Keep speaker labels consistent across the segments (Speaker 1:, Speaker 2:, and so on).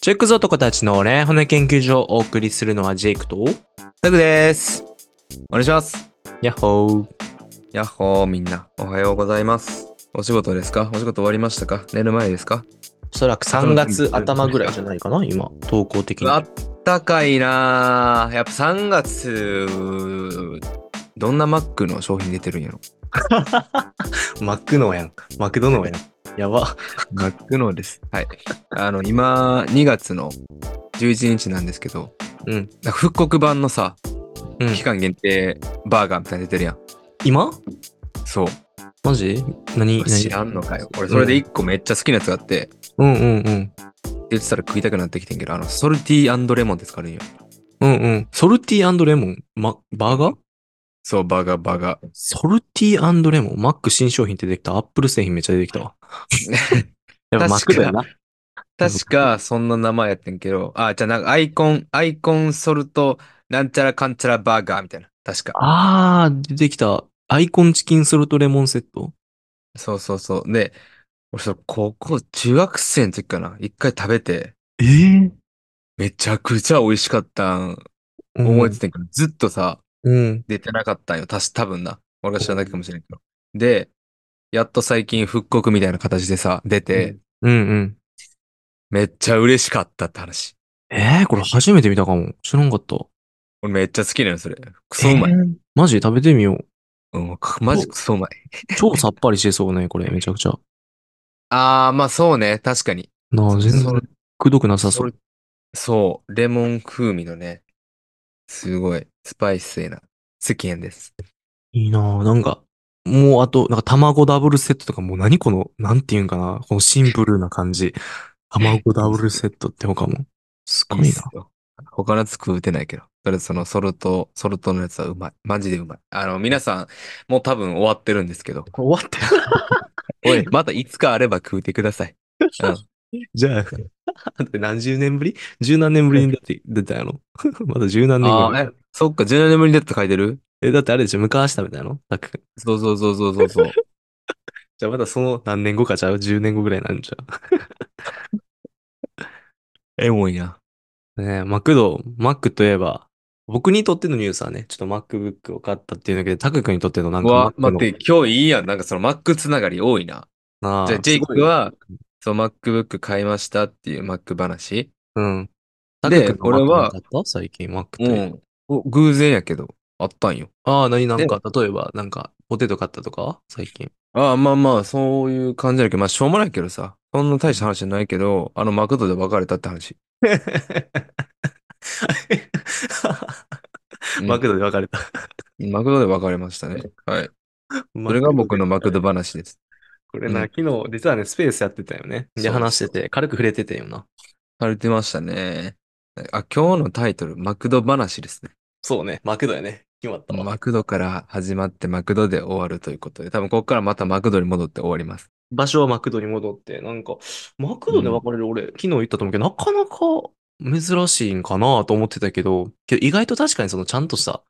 Speaker 1: チェックズ男たちの恋愛骨研究所をお送りするのはジェイクと、
Speaker 2: タグです。お願いします。
Speaker 1: ヤッホー。
Speaker 2: やっほーみんな、おはようございます。お仕事ですかお仕事終わりましたか寝る前ですか
Speaker 1: おそらく3月頭ぐらいじゃないかな、今、投稿的に。
Speaker 2: あったかいなーやっぱ3月、どんなマックの商品出てるんやろ
Speaker 1: マクノやんか。マクドノやん。やば。
Speaker 2: マックのです。はい。あの、今、2月の11日なんですけど、
Speaker 1: うん。
Speaker 2: なんか復刻版のさ、
Speaker 1: うん
Speaker 2: 期間限定バーガーみたいなの出てるやん。
Speaker 1: 今
Speaker 2: そう。
Speaker 1: マジ何何
Speaker 2: 知らんのかよ。俺、それで1個めっちゃ好きなやつがあって、
Speaker 1: うんうんうん。
Speaker 2: 言ってたら食いたくなってきてんけど、あの、ソルティーレモンですかね
Speaker 1: うんうん。ソルティーレモン、ま、バーガー
Speaker 2: そう、バーガー、バーガー。
Speaker 1: ソルティーレモン、マック新商品って出てきた。アップル製品めっちゃ出てきたわ。やっぱマックだよな。
Speaker 2: 確か、そんな名前やってんけど、あ、じゃあなんかアイコン、アイコンソルト、なんちゃらかんちゃらバーガーみたいな。確か。
Speaker 1: あー、出てきた。アイコンチキンソルトレモンセット。
Speaker 2: そうそうそう。で、俺それ、高校、中学生の時かな。一回食べて、
Speaker 1: え
Speaker 2: めちゃくちゃ美味しかったん、
Speaker 1: え
Speaker 2: 覚えててんけど、ずっとさ、
Speaker 1: うん。
Speaker 2: 出てなかったんよ。たし、多分な。俺が知らないかもしれんけど。で、やっと最近復刻みたいな形でさ、出て、
Speaker 1: うんうん。
Speaker 2: めっちゃ嬉しかったって話。
Speaker 1: えー、これ初めて見たかも。知らんかった。
Speaker 2: 俺めっちゃ好きなの、それ。クソうまい。
Speaker 1: えーマジで食べてみよう。
Speaker 2: うん、かマジクソうまい。
Speaker 1: 超さっぱりしてそうね、これ。めちゃくちゃ。
Speaker 2: ああ、まあそうね。確かに。
Speaker 1: なあ、全
Speaker 2: そ
Speaker 1: 然
Speaker 2: れ
Speaker 1: くどくなさそ
Speaker 2: そうれ。そう。レモン風味のね。すごい。スパイシーな。好きやんです。
Speaker 1: いいなあなんか、もうあと、なんか卵ダブルセットとか、もう何この、なんていうんかな。このシンプルな感じ。卵ダブルセットって他も。すごい
Speaker 2: いいっ
Speaker 1: な
Speaker 2: す。よ他のやつ食うてないけど。とりあえずそのソルト、ソルトのやつはうまい。マジでうまい。あの、皆さん、もう多分終わってるんですけど。
Speaker 1: 終わった
Speaker 2: おい、 またいつかあれば食うてください。
Speaker 1: じゃあ、だって何十年ぶり十何年ぶりにだって出たやろ まだ十何年
Speaker 2: あ
Speaker 1: ぶ
Speaker 2: あ、え、そっか、17年ぶりだって書いてる
Speaker 1: り。え、だってあれでしょ昔食べたやろたく君
Speaker 2: そうそうそうそうそうそう。
Speaker 1: じゃあまだその何年後かちゃう十年後ぐらいになるんちゃ
Speaker 2: エモいな。
Speaker 1: うねえ、マクド、マックといえば、僕にとってのニュースはね、ちょっと MacBook を買ったっていうだけで、タク君にとってのなん
Speaker 2: うわ
Speaker 1: か、
Speaker 2: 待って、今日いいやん。なんかその Mac つながり多いな。
Speaker 1: なあ
Speaker 2: じゃあ、ジェイク、
Speaker 1: す
Speaker 2: は、そう、MacBook 買いましたっていう Mac 話。
Speaker 1: ごいうん。
Speaker 2: で
Speaker 1: タク君
Speaker 2: 俺は
Speaker 1: 買った最近 Mac って。
Speaker 2: うん。お偶然やけど、あったんよ。
Speaker 1: ああ、何なんか、例えば、なんか、ポテト買ったとか最近。
Speaker 2: ああ、まあまあ、そういう感じだけど、まあ、しょうもないけどさ。そんな大した話じゃないけど、あの、マクドで別れたって話。うん
Speaker 1: マクドで別れた。
Speaker 2: マクドで別れましたね。はい。それが僕のマクド話です。
Speaker 1: これ
Speaker 2: う
Speaker 1: な、
Speaker 2: ん
Speaker 1: 昨日、実はね、スペースやってたよね。
Speaker 2: そう
Speaker 1: で、
Speaker 2: そう
Speaker 1: 話してて、軽く触れててよな。
Speaker 2: されてましたね。あ、今日のタイトル、マクド話ですね。
Speaker 1: そうね、マクドやね。決まったわ。
Speaker 2: マクドから始まって、マクドで終わるということで、多分ここからまたマクドに戻って終わります。
Speaker 1: 場所はマクドに戻って、なんか、マクドで別れる俺、昨日言ったと思うけど、なかなか珍しいんかなと思ってたけど、けど意外と確かにそのちゃんとした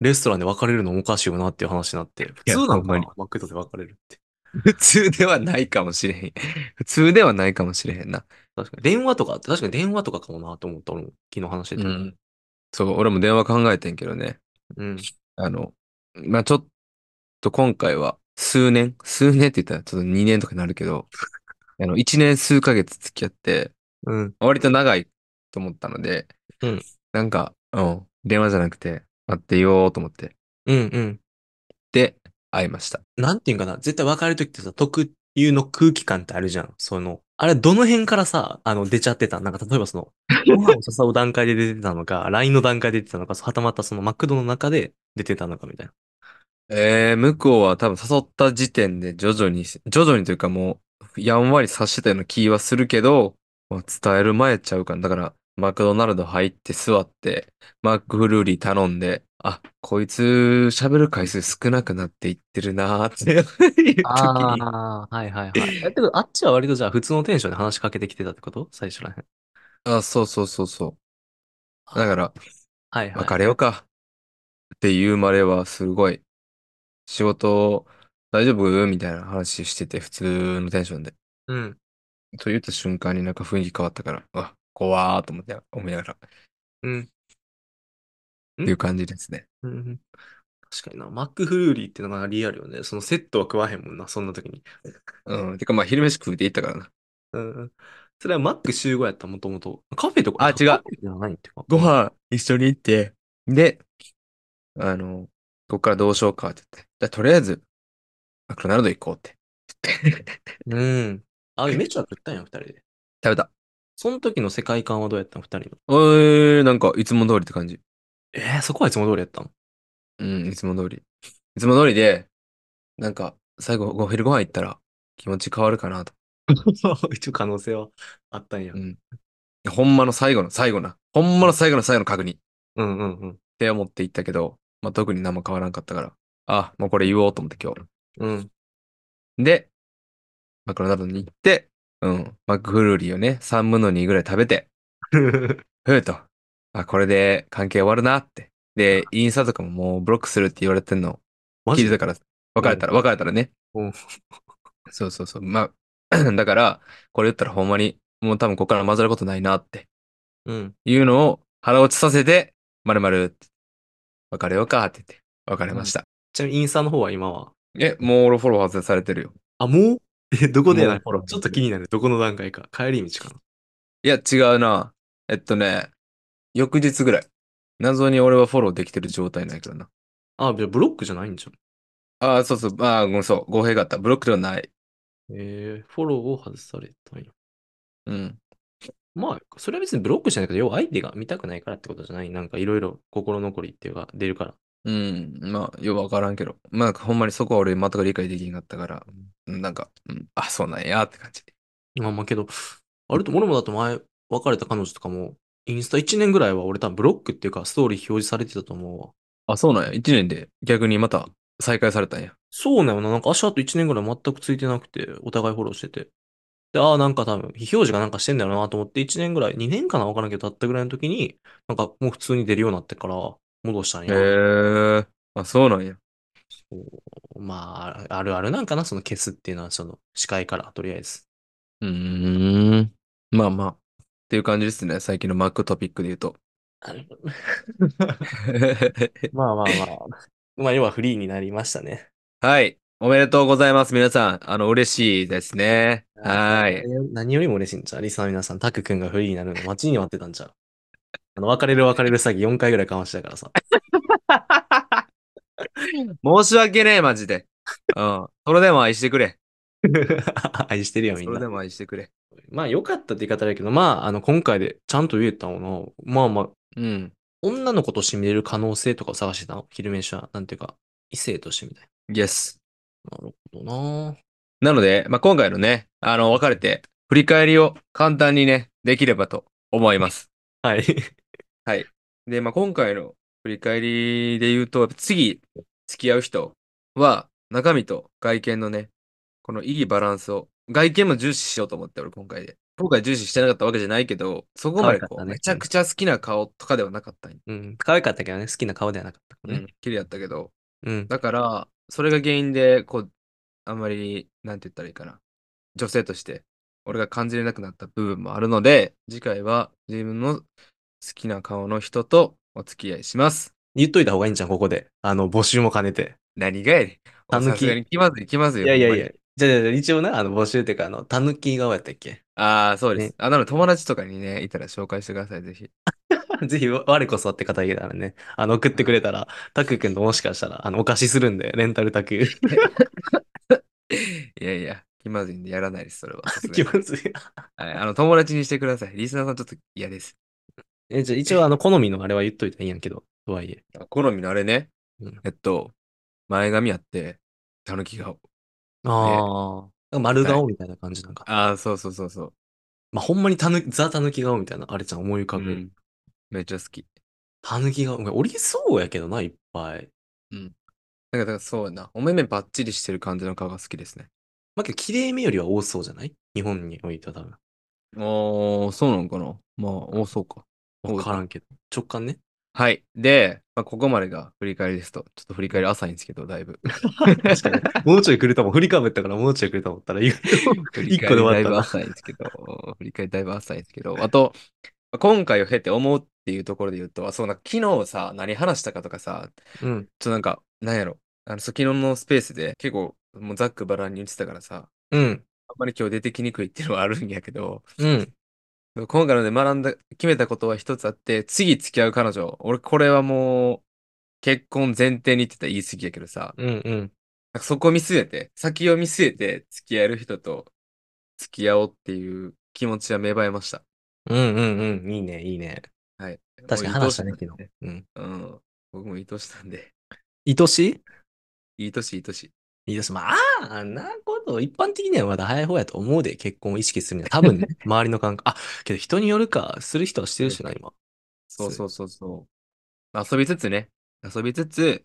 Speaker 1: レストランで別れるのもおかしいよなっていう話になって、普
Speaker 2: いや
Speaker 1: 通なの
Speaker 2: ほん
Speaker 1: か
Speaker 2: ま
Speaker 1: な
Speaker 2: に
Speaker 1: マクドで別れるって。
Speaker 2: 普通ではないかもしれへん。普通ではないかもしれへんな。
Speaker 1: 確かに電話とかって、確かに電話とかかもなと思った俺も昨日話してて。。
Speaker 2: そう、俺も電話考えてんけどね。
Speaker 1: うん。
Speaker 2: あの、まあ、ちょっと今回は数年、数年って言ったらちょっと2年とかになるけど、 あの、1年数ヶ月付き合って、
Speaker 1: うん。
Speaker 2: 割と長いと思ったので、
Speaker 1: うん
Speaker 2: なんか、うん、電話じゃなくて、待ってよーと思って。
Speaker 1: うんうん。
Speaker 2: で、会いました。
Speaker 1: なんていうんかな、絶対別れるときってさ、特有の空気感ってあるじゃん。その、あれ、どの辺からさ、あの、出ちゃってたなんか、例えばそ の、ご飯を誘う段階で出てたのか、LINE の段階で出てたのか、はたまたそのマクドの中で出てたのかみたいな。
Speaker 2: えー、向こうは多分誘った時点で徐々に、徐々にというかもう、やんわり察してたような気はするけど、まあ、伝える前ちゃうかな。だから、マクドナルド入って座って、マックフルーリー頼んで、あ、こいつ喋る回数少なくなっていってるなーっていう時に。
Speaker 1: あ あ、はいはいはい。だけど、あっちは割とじゃあ普通のテンションで話しかけてきてたってこと最初らへん。
Speaker 2: あ、そうそうそうそう。だから、
Speaker 1: はいはい。
Speaker 2: 別れようか。っていうまでは、すごい。仕事、大丈夫みたいな話してて、普通のテンションで。
Speaker 1: うん。
Speaker 2: と言った瞬間になんか雰囲気変わったから、あ、怖ーと思って思いながら。っ
Speaker 1: うん。
Speaker 2: ていう感じですね。
Speaker 1: うん。確かにな。マックフルーリーってのがリアルよね。そのセットは食わへんもんな、そんな時に。
Speaker 2: うん。てかまあ昼飯食うていったからな。
Speaker 1: うんうん。それはマック集合やった、もともと。カフェとか、
Speaker 2: あ違う
Speaker 1: カフェじゃないってか。
Speaker 2: ご飯一緒に行って、で、あの、こっからどうしようかって言って。じゃあとりあえず、マクドナルド行こうって。
Speaker 1: うん。あ、めっちゃ食ったんや、二人で。
Speaker 2: 食べた。
Speaker 1: その時の世界観はどうやったん、二人の。
Speaker 2: えー、なんかいつも通りって感じ。
Speaker 1: えー、そこはいつも通りやったん
Speaker 2: うん、いつも通り。いつも通りで、なんか最後お昼ご飯行ったら気持ち変わるかなと。
Speaker 1: 一応可能性はあったんや。
Speaker 2: う
Speaker 1: うん
Speaker 2: ん。ほんまの最後の最後な。ほんまの最後の最後の確認。
Speaker 1: うんうん。
Speaker 2: って思って行ったけど、まあ、特に何も変わらんかったから、あ、もうこれ言おうと思って今
Speaker 1: うん。
Speaker 2: 日。で、マクドナルドに行って、うん、マックフルーリーをね、3分の2ぐらい食べて、ふうと、あ、これで関係終わるなって。で、インスタとかももうブロックするって言われてんの、
Speaker 1: マ
Speaker 2: 聞い
Speaker 1: ジ
Speaker 2: て
Speaker 1: で
Speaker 2: たから、別れたら、別れたらね
Speaker 1: うん。
Speaker 2: そうそうそう。まあ、 だから、これ言ったらほんまに、もう多分ここから混ざることないなって
Speaker 1: うん。
Speaker 2: いうのを腹落ちさせて、まるまる、別れようかって言って、別れました。
Speaker 1: ちなみにインスタの方は今は。
Speaker 2: え、もう俺フォロー外されてるよ。
Speaker 1: あ、もう え、どこでやる
Speaker 2: もう
Speaker 1: ちょっと気になる。どこの段階か。帰り道かな。
Speaker 2: いや、違うな。えっとね、翌日ぐらい。謎に俺はフォローできてる状態ないからな。
Speaker 1: あ、じゃあブロックじゃないんじゃん。
Speaker 2: ああ、そうそう、ああ、ごめん、そう、語弊があった。ブロックではない。
Speaker 1: えー、フォローを外されたんや。
Speaker 2: うん。
Speaker 1: まあ、それは別にブロックじゃないけど、要は相手が見たくないからってことじゃない。なんかいろいろ心残りっていうか出るから。
Speaker 2: うん。まあ、よくわからんけど。まあ、ほんまにそこは俺全く理解できんかったから、うんなんか、うん、あ、そうなんやって感じ。
Speaker 1: まあまあけど、あれと、俺もだと前、別れた彼女とかも、インスタ1年ぐらいは俺多分ブロックっていうか、ストーリー表示されてたと思うわ。
Speaker 2: あ、そうなんや。一年で逆にまた再開されたんや。
Speaker 1: そうなよな。なんか足跡1年ぐらい全くついてなくて、お互いフォローしてて。で、ああ、なんか多分、非表示がなんかしてんだよなと思って、1年ぐらい、2年かなわからんけど、経ったぐらいの時に、なんかもう普通に出るようになってから、戻したん
Speaker 2: へ
Speaker 1: や。
Speaker 2: え。あ、そうなんや。
Speaker 1: そうまあ、あるあるなんかな、その消すっていうのは、その、視界から、とりあえず。
Speaker 2: うーん。まあまあ。っていう感じですね。最近のマックトピックで言うと。
Speaker 1: まあまあまあ。 まあ、要はフリーになりましたね。
Speaker 2: はい。おめでとうございます。皆さん。あの、嬉しいですね。はーい。
Speaker 1: 何より。何よりも嬉しいんちゃうリスナーの皆さん、タク君がフリーになるの待ちに待ってたんちゃう あの、別れる別れる詐欺4回ぐらいかましたからさ。
Speaker 2: 申し訳ねえ、マジで。うん。それでも愛してくれ。
Speaker 1: 愛してるよ、
Speaker 2: そ
Speaker 1: みん
Speaker 2: れで
Speaker 1: な。
Speaker 2: も愛してくれ。
Speaker 1: まあ、良かったって言い方だけど、まあ、あの、今回でちゃんと言えたのな。まあまあ、
Speaker 2: うん。
Speaker 1: 女の子として見れる可能性とかを探してたの。昼飯は、なんていうか、異性としてみたい
Speaker 2: Yes。
Speaker 1: な。なるほどな。
Speaker 2: なので、まあ、今回のね、あの、別れて、振り返りを簡単にね、できればと思います。
Speaker 1: はい。
Speaker 2: で、まあ、今回の振り返りで言うと、次、付き合う人は、中身と外見のね、このいいバランスを、外見も重視しようと思って、俺今回で。今回重視してなかったわけじゃないけど、そこまで
Speaker 1: 可愛かっ
Speaker 2: こ
Speaker 1: た
Speaker 2: う、
Speaker 1: ね
Speaker 2: めちゃくちゃ好きな顔とかではなかったんよ
Speaker 1: うん。可愛かったけどね、好きな顔ではなかったからね。
Speaker 2: 綺麗やったけど。
Speaker 1: うん。
Speaker 2: だから、それが原因で、こう、あんまり、なんて言ったらいいかな。女性として、俺が感じれなくなった部分もあるので、次回は自分の好きな顔の人とお付き合いします。
Speaker 1: 言っといた方がいいんじゃん、ここで。あの、募集も兼ねて。
Speaker 2: 何がやねん。
Speaker 1: たぬき
Speaker 2: さすがに気まずい、気まずい
Speaker 1: い
Speaker 2: よ。
Speaker 1: やいや
Speaker 2: ほん
Speaker 1: い
Speaker 2: まに
Speaker 1: や。。じゃあじゃあじゃあ一応な、あの、募集っていうか、あの、 たぬき顔やったっけ
Speaker 2: ああ、そうです。
Speaker 1: ね
Speaker 2: あ、なので友達とかにね、いたら紹介してください、ぜひ。
Speaker 1: ぜひ、わ我こそって方いたらね、あの、送ってくれたら、タク君ともしかしたら、あの、お貸しするんで、レンタルタク。
Speaker 2: いやいや、気まずいんでやらないです、そ れは。さすが
Speaker 1: 気
Speaker 2: に
Speaker 1: まずい。
Speaker 2: はい、あの、友達にしてください。リスナーさんちょっと嫌です。
Speaker 1: え、じゃあ一応、あの、好みのあれは言っといたらいいんやけど、とはいえ。
Speaker 2: あ好みのあれね
Speaker 1: うん。
Speaker 2: えっと、前髪あって、たぬき顔。
Speaker 1: ああ、丸顔みたいな感じなんか。
Speaker 2: ああ、そうそうそうそう。
Speaker 1: まあ、ほんまにたぬ、ザ・たぬき顔みたいな、あれちゃん思い浮かぶ。
Speaker 2: めっちゃ好き。
Speaker 1: たぬき顔、おりそうやけどな、いっぱい。
Speaker 2: なんか、だからそうやな。お目目バッチリしてる感じの顔が好きですね。
Speaker 1: まあ、けど、綺麗めよりは多そうじゃない日本においては多分。
Speaker 2: ああ、そうなのかな。まあ、おそうか。
Speaker 1: わからんけど。直感ね。
Speaker 2: はい。で、まあ、ここまでが振り返りですと。ちょっと振り返り浅いんですけど、だいぶ。
Speaker 1: 確かに。もうちょい来ると思う。振りかぶったからもうちょい来ると思ったら、意外と
Speaker 2: 振り
Speaker 1: 一個で
Speaker 2: 返り
Speaker 1: 終わ
Speaker 2: だ
Speaker 1: っ
Speaker 2: い
Speaker 1: た
Speaker 2: ぶ
Speaker 1: な。
Speaker 2: 浅いんですけど、振り返りだいぶ浅いんですけど、あと、今回を経て思うっていうところで言うと、あそうなんか昨日さ、何話したかとかさ、
Speaker 1: うん。
Speaker 2: ちょっとなんか、なんやろ、あの、そう昨日のスペースで結構、もうざっくばらんに言ってたからさ、
Speaker 1: うん。
Speaker 2: あんまり今日出てきにくいっていうのはあるんやけど、
Speaker 1: うん。
Speaker 2: 今回ので学んだ、決めたことは一つあって、次付き合う彼女、俺これはもう、結婚前提に言ってたら言い過ぎやけどさ、
Speaker 1: うん。うん。
Speaker 2: なんかそこを見据えて、先を見据えて付き合える人と付き合おうっていう気持ちは芽生えました。
Speaker 1: うん。うん。うん。いいね。いいね。確かに
Speaker 2: もう
Speaker 1: 話したね、
Speaker 2: 愛お
Speaker 1: 昨日。う
Speaker 2: し
Speaker 1: ん。
Speaker 2: たんでうん。僕も愛おしたんで。
Speaker 1: 愛し
Speaker 2: いい年、いい年。
Speaker 1: いいです。まあ、あんなこと、一般的にはまだ早い方やと思うで、結婚を意識するには。多 分ね、周りの感覚。あ、けど人によるか、する人はしてるしな、今。
Speaker 2: そうそうそうそう。遊びつつね、遊びつつ、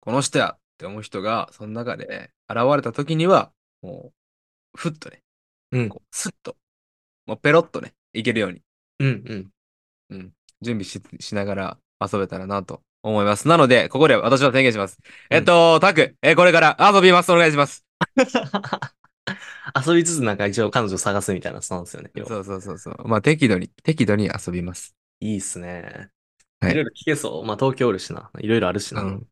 Speaker 2: この人やって思う人が、その中で現れた時には、もう、ふっとね、
Speaker 1: うん。
Speaker 2: こうスッと、もうペロッとね、いけるように、
Speaker 1: うん。うん。
Speaker 2: 準備ししながら遊べたらなと思います。なので、ここで私は宣言します。
Speaker 1: うん
Speaker 2: えっと、タク、えーこれから遊びます。お願いします。
Speaker 1: 遊びつつなんか一応彼女を探すみたいなスタンスよね。要は
Speaker 2: そうそうそうそう。まあ、適度に、適度に遊びます。
Speaker 1: いいっすね。
Speaker 2: はい
Speaker 1: いろいろ聞けそう。まあ東京おるしな。いろいろあるしな。
Speaker 2: うん。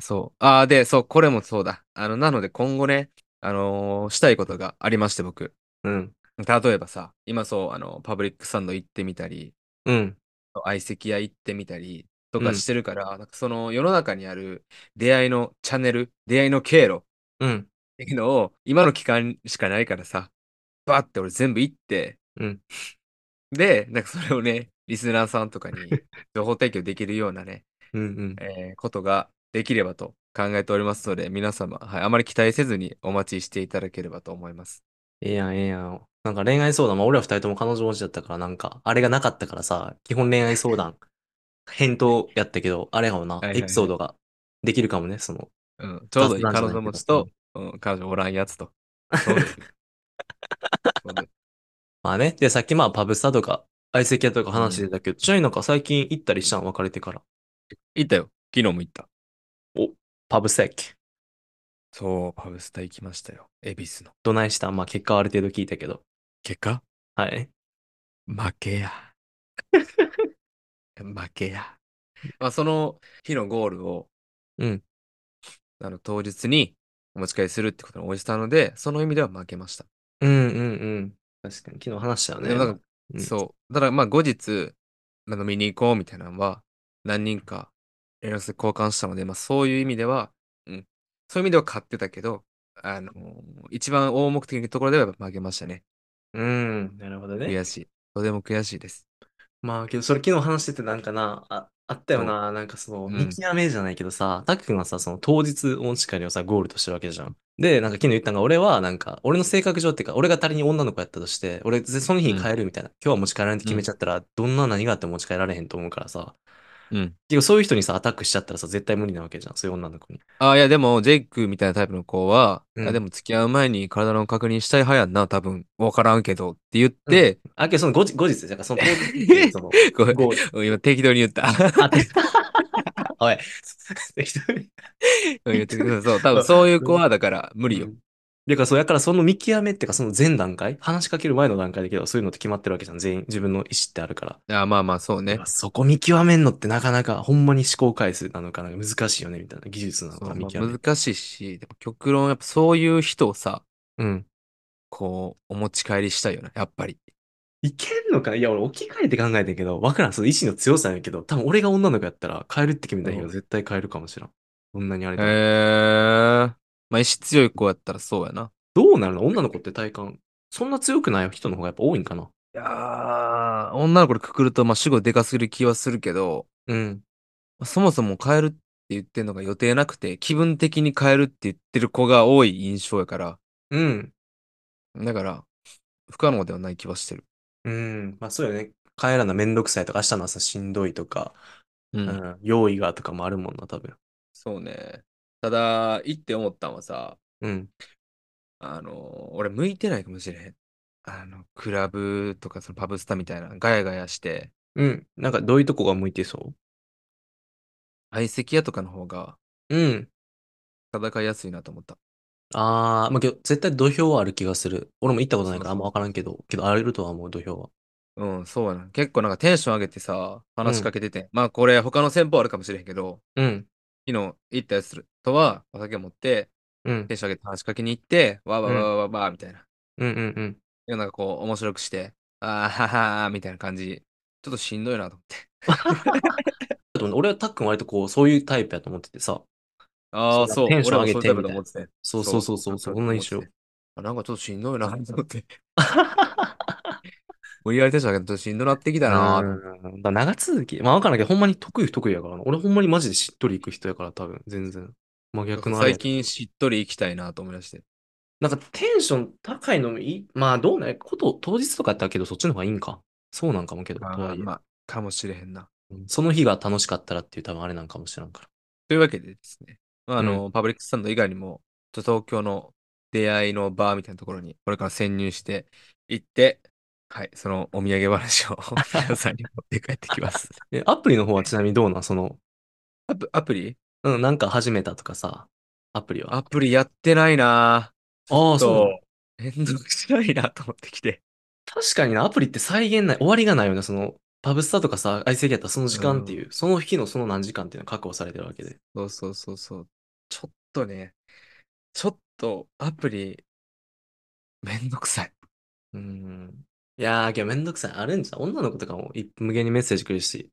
Speaker 2: そう。ああ、で、そう、これもそうだ。あの、なので今後ね、あのーしたいことがありまして、僕。
Speaker 1: うん。
Speaker 2: 例えばさ、今そう、あの、パブリックサンド行ってみたり、
Speaker 1: うん。
Speaker 2: 相席屋行ってみたりと
Speaker 1: う
Speaker 2: か
Speaker 1: ん
Speaker 2: してるから、なんかその世の中にある出会いのチャンネル、出会いの経路っ
Speaker 1: うん。
Speaker 2: ていうのを、今の期間しかないからさ、バーって俺全部行って、
Speaker 1: うん
Speaker 2: で、なんかそれをね、リスナーさんとかに情報提供できるようなね、
Speaker 1: うん。うん。
Speaker 2: えーことができればと考えておりますので、皆様、はい、あまり期待せずにお待ちしていただければと思います。
Speaker 1: ええやん、ええやん。なんか恋愛相談、まあ俺ら二人とも彼女持ちだったから、なんか、あれがなかったからさ、基本恋愛相 談、返答やったけど、あれかもな、
Speaker 2: はいはい
Speaker 1: エピソードができるかもね、その。
Speaker 2: うん、ちょうどい
Speaker 1: 雑談じ
Speaker 2: い
Speaker 1: ゃな
Speaker 2: 彼
Speaker 1: いけど
Speaker 2: 女持ちと、うん、彼女おらんやつ と。そうですそうです
Speaker 1: まあね、で、さっきまあパブスタとか、相席屋とか話してたけど、ちなみになんか最近行ったりしたん、別れてから。
Speaker 2: 行ったよ。昨日も行った。
Speaker 1: パブスタやっけ
Speaker 2: そう、パブスタ行きましたよ。恵比寿の。
Speaker 1: どないしたんまあ結果はある程度聞いたけど。
Speaker 2: 結果
Speaker 1: はい。
Speaker 2: 負 けや。負けや。まあ、その日のゴールを、
Speaker 1: うん。
Speaker 2: あの、当日にお持ち帰りするってことに応じたので、その意味では負けました。
Speaker 1: うんうんうん。確かに、昨日話したよね。
Speaker 2: でもなんか
Speaker 1: うん
Speaker 2: そう。ただまあ後日、なんか見に行こうみたいなのは、何人か連絡先交換したので、まあそういう意味では、うん。そういう意味では買ってたけど、あの一番大目的のところでは負けましたね。
Speaker 1: うん、なるほどね。
Speaker 2: 悔しい。とても悔しいです。
Speaker 1: まあ、けど、それ昨日話しててなんかな、あ、あったよな、なんかその、
Speaker 2: うん
Speaker 1: 見極めじゃないけどさ、たっくんはさ、その当日お持ち帰りをさ、ゴールとしてるわけじゃん。で、なんか昨日言ったのが、俺はなんか、俺の性格上っていうか、俺が仮に女の子やったとして、俺、ぜその日に帰るみたいな、今日は持ち帰らないって決めちゃったら、どんな何があっても持ち帰られへんと思うからさ、
Speaker 2: うん。
Speaker 1: 結構そういう人にさ、アタックしちゃったらさ、絶対無理なわけじゃん、そういう女の子に。
Speaker 2: ああ、いやでも、ジェイクみたいなタイプの子は、
Speaker 1: うん
Speaker 2: あでも付き合う前に体の確認したい派やんな、多分。わからんけど。って言って、
Speaker 1: あ、けどその後日、後日、だからその当 日って、その、
Speaker 2: こ う
Speaker 1: ゴール、
Speaker 2: 今適当に言った。
Speaker 1: あ、ておい、適当に。
Speaker 2: うん言って うんそう、多分そういう子は、だから無理よ
Speaker 1: う。んだからそう、やからその見極めっていうか、その前段階、話しかける前の段階だけど、そういうのって決まってるわけじゃん。全員、自分の意思ってあるから。
Speaker 2: ああまあまあ、そうね
Speaker 1: やっぱ。そこ見極めんのってなかなか、ほんまに思考回数なのかな、難しいよね、みたいな。技術なの
Speaker 2: そう
Speaker 1: かな、
Speaker 2: ま
Speaker 1: 見
Speaker 2: あ
Speaker 1: 極める。
Speaker 2: 難しいし、でも極論、やっぱそういう人をさ、
Speaker 1: うん。
Speaker 2: こう、お持ち帰りしたいよね、やっぱり。
Speaker 1: いけんのかないや、俺置き換えて考えてんけど、わからん。その意志の強さやけど、多分俺が女の子やったら、変えるって決めたら、
Speaker 2: うん
Speaker 1: 絶対変えるかもしらん。こんなにあれ
Speaker 2: へ
Speaker 1: だ、
Speaker 2: え。まあ、意志強い子やったらそうやな。
Speaker 1: どうなるの女の子って体感、そんな強くない人の方がやっぱ多いんかない
Speaker 2: やー、女の子でくくると、まあ、主語でかすぎる気はするけど、
Speaker 1: うん。
Speaker 2: まあそもそも変えるって言ってんのが予定なくて、気分的に変えるって言ってる子が多い印象やから、
Speaker 1: うん。
Speaker 2: だから、不可能ではない気はしてる。
Speaker 1: うん。まあそうよね。帰らなめんどくさいとか、明日の朝しんどいとか、
Speaker 2: う。
Speaker 1: うんん、用意がとかもあるもんな、多分。
Speaker 2: そうね。ただ、いいって思ったんはさ、
Speaker 1: うん。
Speaker 2: あのー、俺向いてないかもしれへん。あの、クラブとかそのパブスタみたいな、ガヤガヤして、
Speaker 1: うん。なんか、どういうとこが向いてそ
Speaker 2: 相席屋とかの方が
Speaker 1: うん。
Speaker 2: 戦いやすいなと思った。
Speaker 1: あー、まあ、けど絶対土俵はある気がする。俺も行ったことないからあ
Speaker 2: そ
Speaker 1: ん
Speaker 2: うそう
Speaker 1: まわからんけど、けどあるとは思う、土俵は。
Speaker 2: うん、そうやな。結構なんかテンション上げてさ、話しかけてて、まあこれ他の戦法あるかもしれへんけど、
Speaker 1: うん。
Speaker 2: 昨日行ったやつとはお酒持って、
Speaker 1: うん
Speaker 2: テ。ンション上げて話しかけに行って、わーわーわーわーわーわーみたいな。
Speaker 1: うんうんうん。
Speaker 2: でなんかこう面白くして、あーははーみたいな感じ。ちょっとしんどいなと思って。
Speaker 1: あと俺はたっくん割とこう、そういうタイプやと思っててさ。
Speaker 2: ああ、
Speaker 1: そう
Speaker 2: そう。
Speaker 1: テンション
Speaker 2: 俺もそういうタイプ
Speaker 1: 上げ
Speaker 2: だ
Speaker 1: てみたいな
Speaker 2: と思ってて。
Speaker 1: そうそうそうそう、そんな印象。
Speaker 2: あ、なんかちょっとしんどいなと思って。無理やりテンション上げてちょっとしんどなってきたな ー
Speaker 1: うん。だから長続き。まあ、わからんけど、ほんまに得意不得意やからな。俺ほんまにマジでしっとりいく人やから、多分、全然。真逆のあれや
Speaker 2: 最近しっとり行きたいなと思い出して。
Speaker 1: なんかテンション高いのもいい。まあ、どうね。こと、当日とかやったけど、そっちの方がいいんか。そうなんかもけど、と
Speaker 2: あ
Speaker 1: は
Speaker 2: ー
Speaker 1: いえ
Speaker 2: まあ、かもしれへんな。
Speaker 1: うんその日が楽しかったらっていう多分あれなんかもしれんから。
Speaker 2: というわけでですね、まあ、あの、パブリックスタンド以外にも、ちょっと東京の出会いのバーみたいなところに、これから潜入して行って、はい、そのお土産話 を皆さんに持って帰ってきます。
Speaker 1: え、アプリの方はちなみにどうなんその、
Speaker 2: アプアプリ
Speaker 1: うん、なんか始めたとかさ、アプリは。
Speaker 2: アプリやってないな
Speaker 1: ああ、
Speaker 2: ぁ。
Speaker 1: そうなの。
Speaker 2: う。めんどくさいなと思ってきて。
Speaker 1: 確かにな、アプリって再現ない、終わりがないよね。その、パブスタとかさ、相席やったらその時間っていう、その日のその何時間っていうのが確保されてるわけで。
Speaker 2: そうそうそうそう。ちょっとね、ちょっとアプリ、めんどくさい。
Speaker 1: うん。いやー、けどめんどくさい。あるんじゃん。女の子とかもい無限にメッセージくるし、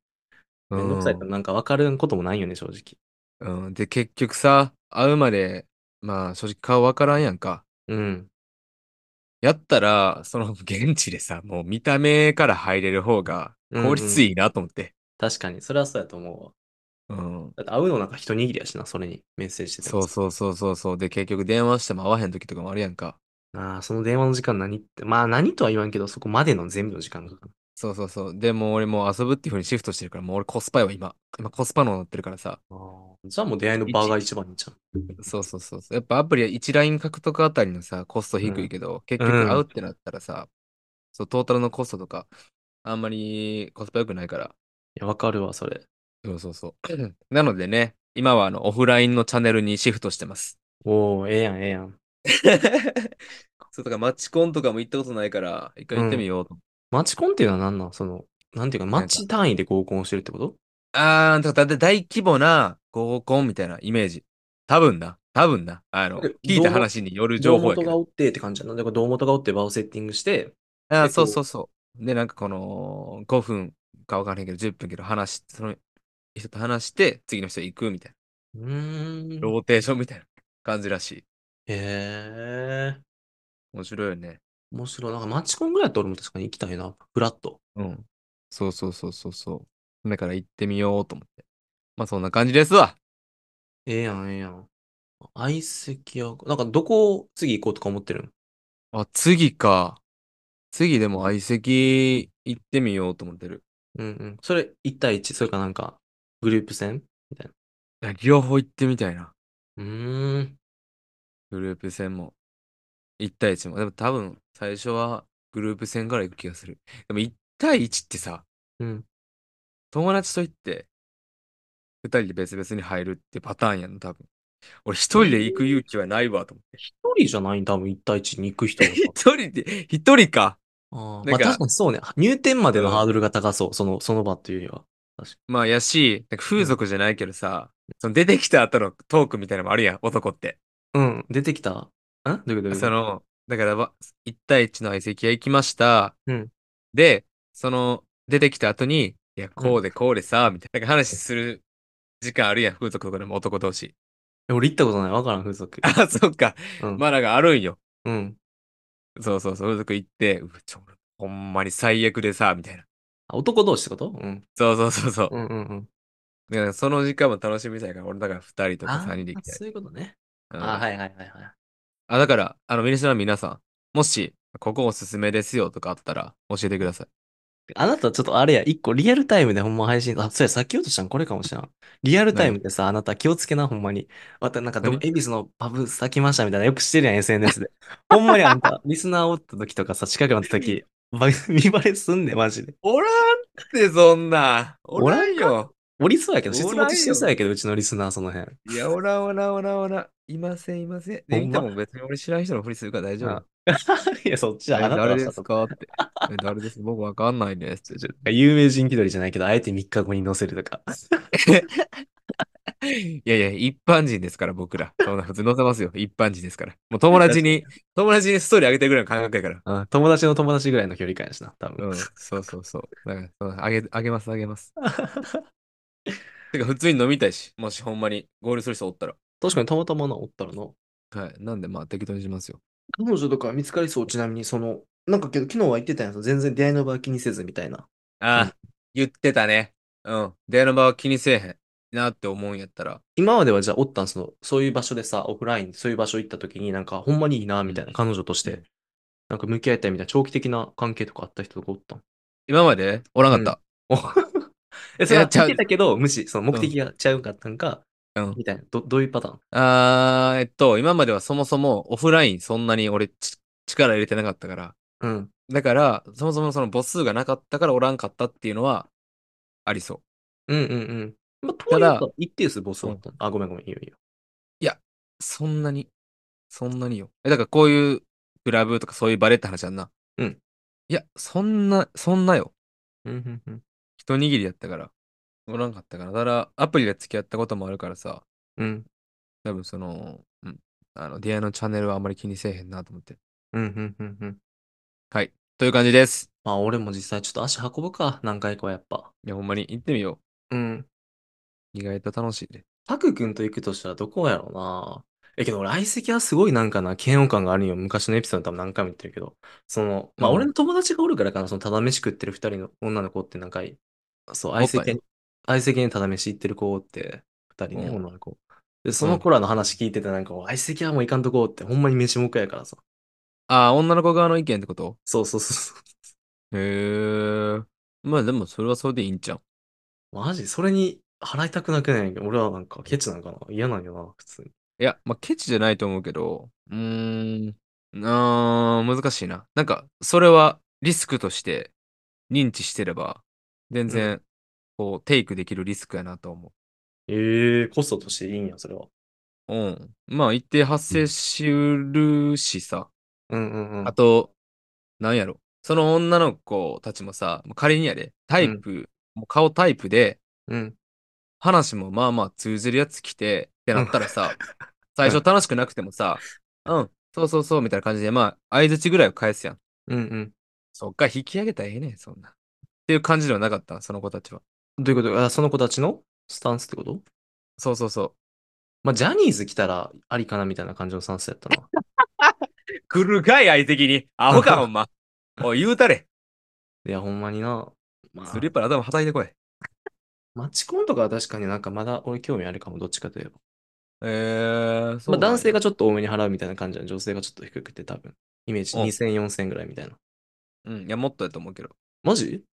Speaker 1: めんどくさいってなんかわかることもないよね、正直。
Speaker 2: うん、で、結局さ、会うまで、まあ、正直顔わからんやんか。
Speaker 1: うん。
Speaker 2: やったら、その現地でさ、もう見た目から入れる方が効率いいなと思って。
Speaker 1: 確かに、それはそうやと思うわ。
Speaker 2: うん。
Speaker 1: だって会うのなんか一握りやしな、それにメッセージしてて
Speaker 2: そ
Speaker 1: も
Speaker 2: うそうそうそうそう。で、結局電話しても会わへん時とかもあるやんか。
Speaker 1: ああ、その電話の時間何って、まあ何とは言わんけど、そこまでの全部の時間がかかる。
Speaker 2: そうそうそう。でもう俺もう遊ぶっていう風にシフトしてるから、もう俺コスパよ、今。今コスパのなってるからさ。
Speaker 1: じゃあもう出会いの場が一番じゃん。
Speaker 2: そうそうそうそう。やっぱアプリは1ライン獲得あたりのさ、コスト低いけど、結局会うってなったらさ、そう、トータルのコストとか、あんまりコスパ良くないから。
Speaker 1: いや、わかるわ、それ。
Speaker 2: そうそうそう。 なのでね、今はあのオフラインのチャンネルにシフトしてます。
Speaker 1: おお、ええやん、ええやん。
Speaker 2: そう、だからマッチコンとかも行ったことないから、一回行ってみようと。
Speaker 1: マチコンっていうのは何なんその、なんていうか、マ
Speaker 2: か
Speaker 1: ッチ単位で合コンをしてるってこと
Speaker 2: あー、だからだいたい大規模な合コンみたいなイメージ。多分な、多分な。あの、
Speaker 1: え
Speaker 2: 聞いた話による情
Speaker 1: 堂
Speaker 2: 報や
Speaker 1: 元
Speaker 2: け
Speaker 1: が
Speaker 2: ど。
Speaker 1: おってって感じやな。だから堂元がおって場をセッティングして、
Speaker 2: あー
Speaker 1: 結
Speaker 2: そ
Speaker 1: 構
Speaker 2: うそうそう。で、なんかこの、5分かわからへんけど、10分けど話し、その人と話して、次の人行くみたいう
Speaker 1: ー
Speaker 2: な。
Speaker 1: ん。
Speaker 2: ローテーションみたいな感じらしい。
Speaker 1: へえ。
Speaker 2: 面白いよね。
Speaker 1: 面白い。なんかマチコンぐらいだって俺も確かに行きたいな。フラット。
Speaker 2: うん。そうそうそうそうそう。だから行ってみようと思って。まあそんな感じですわ。
Speaker 1: ええやん、ええやん。相席屋、なんかどこ次行こうとか思ってるん
Speaker 2: あ、次か。次でも相席行ってみようと思ってる。
Speaker 1: うんうん。それ1対1、それかなんかグループ戦
Speaker 2: いや両方行ってみたいな。
Speaker 1: うーん。
Speaker 2: グループ戦も。1対1も。でも多分、最初はグループ戦から行く気がする。でも1対1ってさ、
Speaker 1: うん。
Speaker 2: 友達と行って、2人で別々に入るってパターンやんの、多分。俺一人で行く勇気はないわ、と思って。
Speaker 1: 一人じゃない多分1対1に行く人が さ
Speaker 2: 一人で、一人か。
Speaker 1: ああ、まあ
Speaker 2: なんか
Speaker 1: 確かにそうね。入店までのハードルが高そう。その、その場っていうよりは。
Speaker 2: まあ、やし、なんか風俗じゃないけどさ、その出てきた後のトークみたいなのもあるやん、男って。
Speaker 1: うん。出てきたんどういうことどういうこと
Speaker 2: その、だからわ、1対1の相席屋行きました。
Speaker 1: うん
Speaker 2: で、その、出てきた後に、いや、こうでこうでさ、みたいな、なんか話する時間あるやん、風俗とかでも男同士。
Speaker 1: え俺行ったことない。わからん、風俗。
Speaker 2: あ、そっか。
Speaker 1: うん。
Speaker 2: まあ、なんかあるんよ。
Speaker 1: うん。
Speaker 2: そうそうそう、風俗行って、うわちょ、俺ほんまに最悪でさ、みたいな。
Speaker 1: あ男同士ってことうん。
Speaker 2: そうそうそうそう。
Speaker 1: うんうんうん。
Speaker 2: だからその時間も楽しみたいから、俺だから2人とか
Speaker 1: あ
Speaker 2: 3人で行
Speaker 1: あ
Speaker 2: きたい。
Speaker 1: そういうことね。
Speaker 2: うん
Speaker 1: あはいはいはいはい。
Speaker 2: あ、だから、あの、ミネスの皆さん、もし、ここおすすめですよとかあったら、教えてください。
Speaker 1: あなたちょっとあれや、一個リアルタイムでほんま配信、あ、そうや、さっき言おうとしたんこれかもしれん。リアルタイムでさ、あなた気をつけな、ほんまに。またなんかどこ、
Speaker 2: 何
Speaker 1: 恵比寿のパブさきましたみたいな、よくしてるやん、SNS で。ほんまにあんた、リスナーおった時とかさ、近くなった 時、ば見バレすんねん、マジで。
Speaker 2: おらんって、そんな。おらんよ。
Speaker 1: おりそうやけど、
Speaker 2: おらん
Speaker 1: 質
Speaker 2: よ
Speaker 1: 問してそうやけど、うちのリスナーその辺。
Speaker 2: いや、おらんおらんおらんおらん。いません、いません。
Speaker 1: ほんま
Speaker 2: で、みんなも別に俺知らん人のふりするから大丈
Speaker 1: あ
Speaker 2: 夫。
Speaker 1: いや、そっちじゃ、あなた
Speaker 2: 誰
Speaker 1: は
Speaker 2: で
Speaker 1: さ
Speaker 2: すかって。え誰です僕わかんないですって。
Speaker 1: 有名人気取りじゃないけど、あえて3日後に載せる とか。
Speaker 2: いやいや、一般人ですから、僕ら。そんな普通載せますよ。一般人ですから。もう友達に、友達にストーリーあげてるぐらいの感覚やから。
Speaker 1: うん友達の友達ぐらいの距離感やしな、多分。
Speaker 2: うん、そうそうそう。だからそう、あげ、あげます、あげます。てか、普通に飲みたいし、もしほんまに合流する人おったら。
Speaker 1: 確かにたまたまな、おったらな。
Speaker 2: はい。なんで、まあ、適当にしますよ。
Speaker 1: 彼女とか見つかりそう、ちなみに、その、なんかけど、昨日は言ってたやん、その全然出会いの場は気にせずみたいな。
Speaker 2: ああ、言ってたね。うん。出会いの場は気にせえへんなって思うんやったら。
Speaker 1: 今まではじゃあ、おったん、その、そういう場所でさ、オフラインでそういう場所行った時に、なんか、ほんまにいいな、みたいな、彼女とし
Speaker 2: う
Speaker 1: て
Speaker 2: ん、
Speaker 1: なんか向き合いたいみたいな、長期的な関係とかあった人とかおったん
Speaker 2: 今までおらんかっ
Speaker 1: お え、それ
Speaker 2: い
Speaker 1: は
Speaker 2: やちゃう
Speaker 1: 聞けたけど、無視、その目的がちゃうかったんか、
Speaker 2: た。うん。
Speaker 1: みたいな、ど、どういうパターン
Speaker 2: ああ、えっと、今まではそもそもオフラインそんなに俺ち力入れてなかったから。
Speaker 1: うん。
Speaker 2: だから、そもそもその母数がなかったからおらんかったっていうのはありそう。
Speaker 1: うんうんうん。まあ、
Speaker 2: ただ
Speaker 1: とはいえ一定数ボスだったのあ、ごめんごめん、いいよいいよ。
Speaker 2: そんなに、そんなによ。え、だからこういうクラブとかそういうバレって話やんな。
Speaker 1: うん。
Speaker 2: いや、そんな、そんなよ。
Speaker 1: うんうんうん。
Speaker 2: 一握りやったから。おらんかったから。ただ、アプリで付き合ったこともあるからさ、
Speaker 1: うん。
Speaker 2: 多分その、うん。あの、出会いのチャンネルはあんまり気にせえへんなと思って。
Speaker 1: うんうんうんうん。
Speaker 2: はい。という感じです。
Speaker 1: まあ、俺も実際ちょっと足運ぶか、何回かはやっぱ。
Speaker 2: いや、ほんまに行ってみよ
Speaker 1: うん。
Speaker 2: う。意外と楽しいで。
Speaker 1: タク君と行くとしたらどこやろうな。え、けど俺、相席はすごいなんかな、嫌悪感があるんよ。昔のエピソードで多分何回も言ってるけど。その、まあ、
Speaker 2: うん
Speaker 1: 俺の友達がおるからかな、その、ただ飯食ってる二人の女の子ってなんかい、そう、相
Speaker 2: おっぱい
Speaker 1: 席、相席にただ飯行ってる子って、二人ね、
Speaker 2: うん
Speaker 1: 女の子。で、その子らの話聞いててなんか、お相席はもう行かんとこうって、ほんまに飯もくやからさ。
Speaker 2: ああ、女の子側の意見ってこと
Speaker 1: そうそうそうそう。
Speaker 2: へえ。まあでも、それはそれでいいんちゃう
Speaker 1: マジそれに払いたくなくない俺はなんかケチなんかな嫌なんよな、普通に。
Speaker 2: いや、まあ、ケチじゃないと思うけど、うーん、あー、難しいな。なんか、それはリスクとして認知してれば、全然、こう、テイクできるリスクやなと思
Speaker 1: ええコストとしていいんや、それは。
Speaker 2: う。うん。まあ、一定発生しうるしさ。
Speaker 1: うんうんうん。
Speaker 2: あと、なんやろ。その女の子たちもさ、もう仮にやで、タイプ、もう顔タイプで、
Speaker 1: うん。
Speaker 2: 話もまあまあ通じるやつ来てってなったらさ、最初楽しくなくてもさ、うん、そうそうそうみたいな感じで、まあ、相槌ぐらいを返すやん。
Speaker 1: うんうん。
Speaker 2: そっか、引き上げたらええねん、そんな。っていう感じではなかった、その子たちは。
Speaker 1: どういうことあ、その子たちのスタンスってこと
Speaker 2: そうそうそ
Speaker 1: まあ、ジャニーズ来たらありかなみたいな感じのスタンスや ったな。
Speaker 2: う。来るかい、相手に。ア ホか、ほんま。おい、言うたれ。
Speaker 1: いや、ほんまにな。まあ
Speaker 2: スリ、ッパの頭はたいてこい。
Speaker 1: マチコンとかは確かになんかまだ俺興味あるかも、どっちかといえば。
Speaker 2: えー、そ
Speaker 1: まあ、
Speaker 2: うなんや
Speaker 1: 男性がちょっと多めに払うみたいな感じなの女性がちょっと低くて多分。イメージ
Speaker 2: うん
Speaker 1: 2000、4000ぐらいみたいな。
Speaker 2: うん、いや、もっとやと思うけど。
Speaker 1: マジ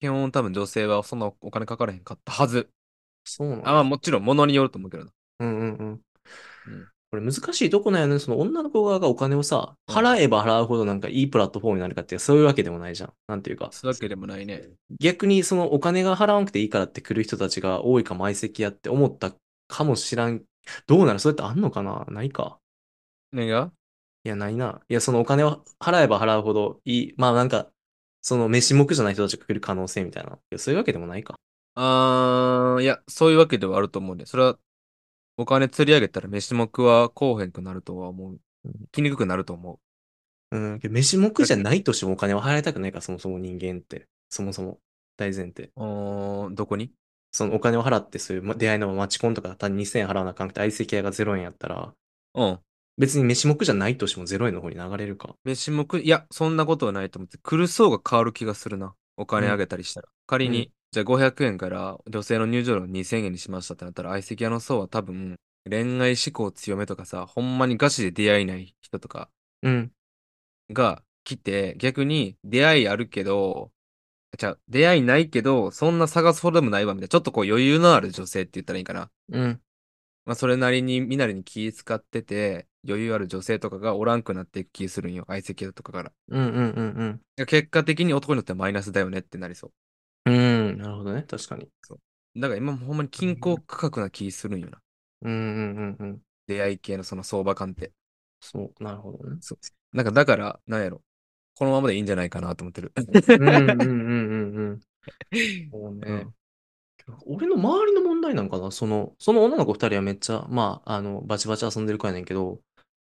Speaker 2: 基本多分女性はそんなお金かからへんかったはず。
Speaker 1: そうなの
Speaker 2: あ、まあもちろん物によると思うけどな。
Speaker 1: うんうんうん
Speaker 2: うん。
Speaker 1: これ難しいとこなんやね。その女の子側がお金をさ、
Speaker 2: うん
Speaker 1: 払えば払うほどなんかいいプラットフォームになるかって、そういうわけでもないじゃん。なんていうか。
Speaker 2: そういうわけでもないね。
Speaker 1: 逆にそのお金が払わなくていいからって来る人たちが多いかも相席やって思ったかもしらん。どうなるそれってあんのかなないか。
Speaker 2: 何が
Speaker 1: いや、ないな。いや、そのお金を払えば払うほどいい。まあなんか、その飯目じゃない人たちが来る可能性みたいな。いやそういうわけでもないか。
Speaker 2: あー、いや、そういうわけではあると思うね。それは、お金釣り上げたら飯も食わこうへんくなるとは思う。来にくくなると思う。
Speaker 1: うん。けど飯目じゃないとしてもお金は払いたくないから、そもそも人間って。そもそも。大前提。
Speaker 2: うーん、どこに
Speaker 1: そのお金を払って、そういうま出会いのマチコンとか、単に2000円払わなあかんくて、相席屋が0円やったら、
Speaker 2: うん。
Speaker 1: 別に飯目じゃないとしても0円の方に流れるか。
Speaker 2: 飯も食い、いや、そんなことはないと思って、来る層が変わる気がするな。お金
Speaker 1: うん
Speaker 2: あげたりしたら。
Speaker 1: う
Speaker 2: 仮に、じゃあ500円から女性の入場料2000円にしましたってなったら、相席屋の層は多分、恋愛志向強めとかさ、ほんまにガチで出会いない人とか
Speaker 1: うん。
Speaker 2: が来て、逆に出会いあるけど、じゃあ出会いないけど、そんな探すほどでもないわみたいな、ちょっとこう余裕のある女性って言ったらいいんかな。
Speaker 1: うん。
Speaker 2: まあ、それなりに、身なりに気使ってて、余裕ある女性とかがおらんくなっていく気するんよ。相席屋とかから。
Speaker 1: うんうんうん
Speaker 2: 結果的に男にとってはマイナスだよねってなりそう。
Speaker 1: うん。うん。なるほどね。確かに。
Speaker 2: だから今もほんまに均衡価格な気するんよな。
Speaker 1: うんうんうんうん。
Speaker 2: 出会い系のその相場感って。。
Speaker 1: そう、なるほどね
Speaker 2: そうなんかだから、なんやろ。このままでいいんじゃないかなと思ってる。
Speaker 1: うんうんうんうんうん。そう ね。俺の周りの問題なんかなその、その女の子二人はめっちゃ、まあ、あの、バチバチ遊んでる子やねんけど、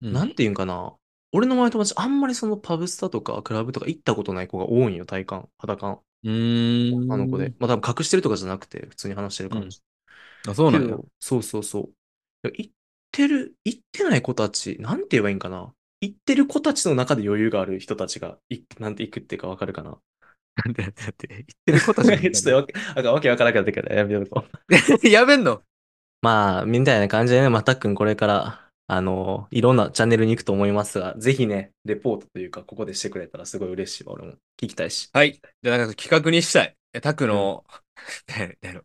Speaker 2: うん
Speaker 1: なんていうんかな。俺の周りの友達、あんまりそのパブスタとかクラブとか行ったことない子が多いんよ、体感、肌感、
Speaker 2: うーん。
Speaker 1: 女の子で。まあ多分隠してるとかじゃなくて、普通に話してる感じ。
Speaker 2: あ、そうなん
Speaker 1: け
Speaker 2: や。
Speaker 1: どそうそうそう。行ってる、行ってない子たち、なんて言えばいいんかな。行ってる子たちの中で余裕がある人たちが、いなんて行くっていうかわかるかな。
Speaker 2: なんでなんでなんで言ってることじゃん
Speaker 1: ちょっとわけなんかわけわからなかったから、やめとこう。
Speaker 2: やめんの
Speaker 1: まあ、みたいな感じでね、またっくんこれから、あの、いろんなチャンネルに行くと思いますが、ぜひね、レポートというか、ここでしてくれたらすごい嬉しいわ、俺も。聞きたいし。
Speaker 2: はい。じゃあなんか企画にしたい。え、タクの、なんやろ。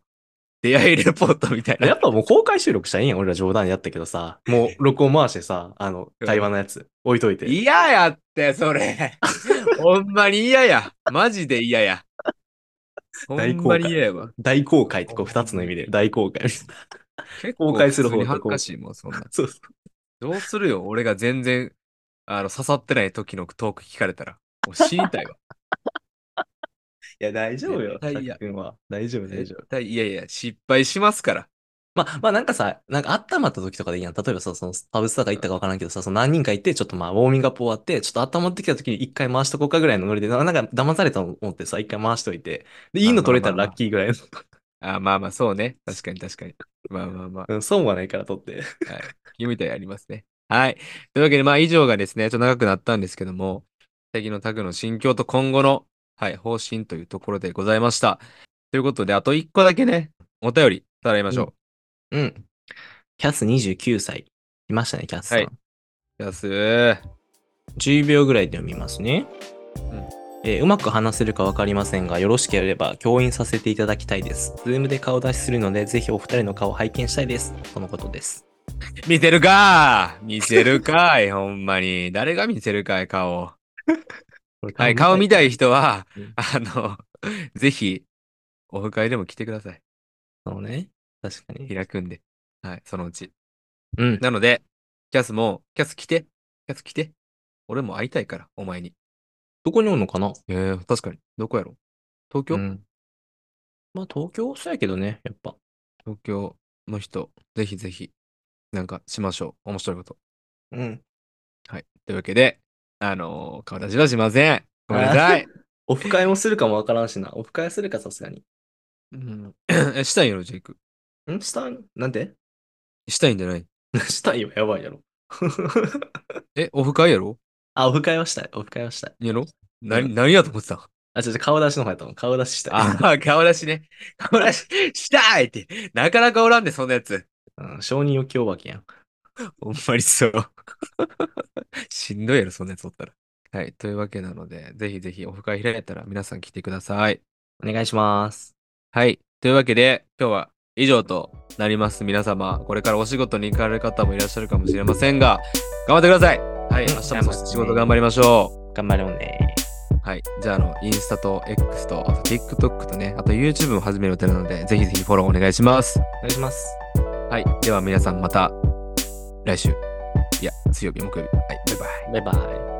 Speaker 2: 出会いレポートみたいな。
Speaker 1: やっぱもう公開収録したらいいやん、俺ら冗談やったけどさ、もう録音回してさ、あの、会話のやつ、置いといて。
Speaker 2: 嫌やって、それ。ほんまに嫌や。マジで嫌や。ほん
Speaker 1: 大公
Speaker 2: ま
Speaker 1: 開
Speaker 2: に嫌やわ。
Speaker 1: 大公開ってこう二つの意味で、大公開。
Speaker 2: 結
Speaker 1: 公開する方
Speaker 2: 普通に恥ずかしいもん、そんな。
Speaker 1: そうそう。
Speaker 2: どうするよ、俺が全然、あの、刺さってない時のトーク聞かれたら。もう死にたいわ。
Speaker 1: いや、大丈夫よ、
Speaker 2: 絶対嫌
Speaker 1: たっくんは。大丈夫、 大丈
Speaker 2: 絶
Speaker 1: 夫。
Speaker 2: 対、いやいや、失敗しますから。
Speaker 1: まあ、まあなんかさ、なんか温まった時とかでいいやん。例えばさ、その、パブスターが行ったかわからんけどさ、その何人か行って、ちょっとまあ、ウォーミングアップ終わって、ちょっと温まってきた時に一回回しとこうかぐらいのノリで、ななんか騙されたと思ってさ、一回回しといて、で、いいの取れたらラッキーぐらいの。
Speaker 2: あ、まあまあ、そうね。確かに確かに。まあまあまあ。
Speaker 1: うん、損はないから取って。
Speaker 2: はい。君みたいありますね。はい。というわけで、まあ以上がですね、ちょっと長くなったんですけども、敵のタグの心境と今後の、はい、方針というところでございました。ということで、あと一個だけね、お便り、さらいましょ
Speaker 1: うん。キャス29歳。いましたね、キャスさん。
Speaker 2: はいいう。やすー。
Speaker 1: 10秒ぐらいで読みますね。
Speaker 2: うん
Speaker 1: えーうまく話せるか分かりませんが、よろしければ教員させていただきたいです。ズームで顔出しするので、ぜひお二人の顔拝見したいです。とのことです。
Speaker 2: 見てるかー見せるか い、ほんまに。誰が見せるかい、顔。はい、顔見たい人は
Speaker 1: うん、
Speaker 2: あの、 ぜひ、オフ会でも来てください。
Speaker 1: そうね。確かに。
Speaker 2: 開くんで。はい、そのうち。
Speaker 1: うん。
Speaker 2: なので、キャスも、キャス来て、キャス来て。俺も会いたいから、お前に。
Speaker 1: どこにおるのかな
Speaker 2: えー、確かに。どこやろ東京、
Speaker 1: うんまあ東京そうやけどね、やっぱ。
Speaker 2: 東京の人、ぜひぜひ、なんかしましょう。面白いこと。
Speaker 1: うん。
Speaker 2: はい。というわけで、あのー顔出しはしません。ごめんなさい。
Speaker 1: オフ会もするかもわからんしな。オフ会するかさすがに。
Speaker 2: うん、えしたいんやろ、ジェイク。
Speaker 1: んしたんなんで
Speaker 2: したいんじゃない
Speaker 1: したいよ、やばいやろ。
Speaker 2: え、オフ会やろ
Speaker 1: あ、オフ会はしたい。オフ会はしたい。
Speaker 2: やろな、
Speaker 1: うん
Speaker 2: 何やと思ってたん
Speaker 1: あ、ちょ、ちょ、顔出しの方やったもん。顔出ししたい。
Speaker 2: ああ、顔出しね。顔出し、したいって。なかなかおらんで、そんなやつ。
Speaker 1: うん、承認欲求お化けやん。
Speaker 2: ほんまにそう。 しんどいやろ、そんなやつおったら。はい。というわけなので、ぜひぜひオフ会開いたら皆さん来てください。
Speaker 1: お願いします。
Speaker 2: はい。というわけで、今日は以上となります。皆様、これからお仕事に行かれる方もいらっしゃるかもしれませんが、頑張ってください。はい。
Speaker 1: うん
Speaker 2: 明日もそして仕事頑張りましょ
Speaker 1: 頑張ろうね。
Speaker 2: う。はい。じゃあ、あの、インスタと X と、あと TikTok とね、あと YouTube も始める予定なので、ぜひぜひフォローお願いします。
Speaker 1: お願いします。
Speaker 2: はい。では皆さんまた、来週。いや、水曜日、木曜日。はい。バイバイ。
Speaker 1: バイバイ。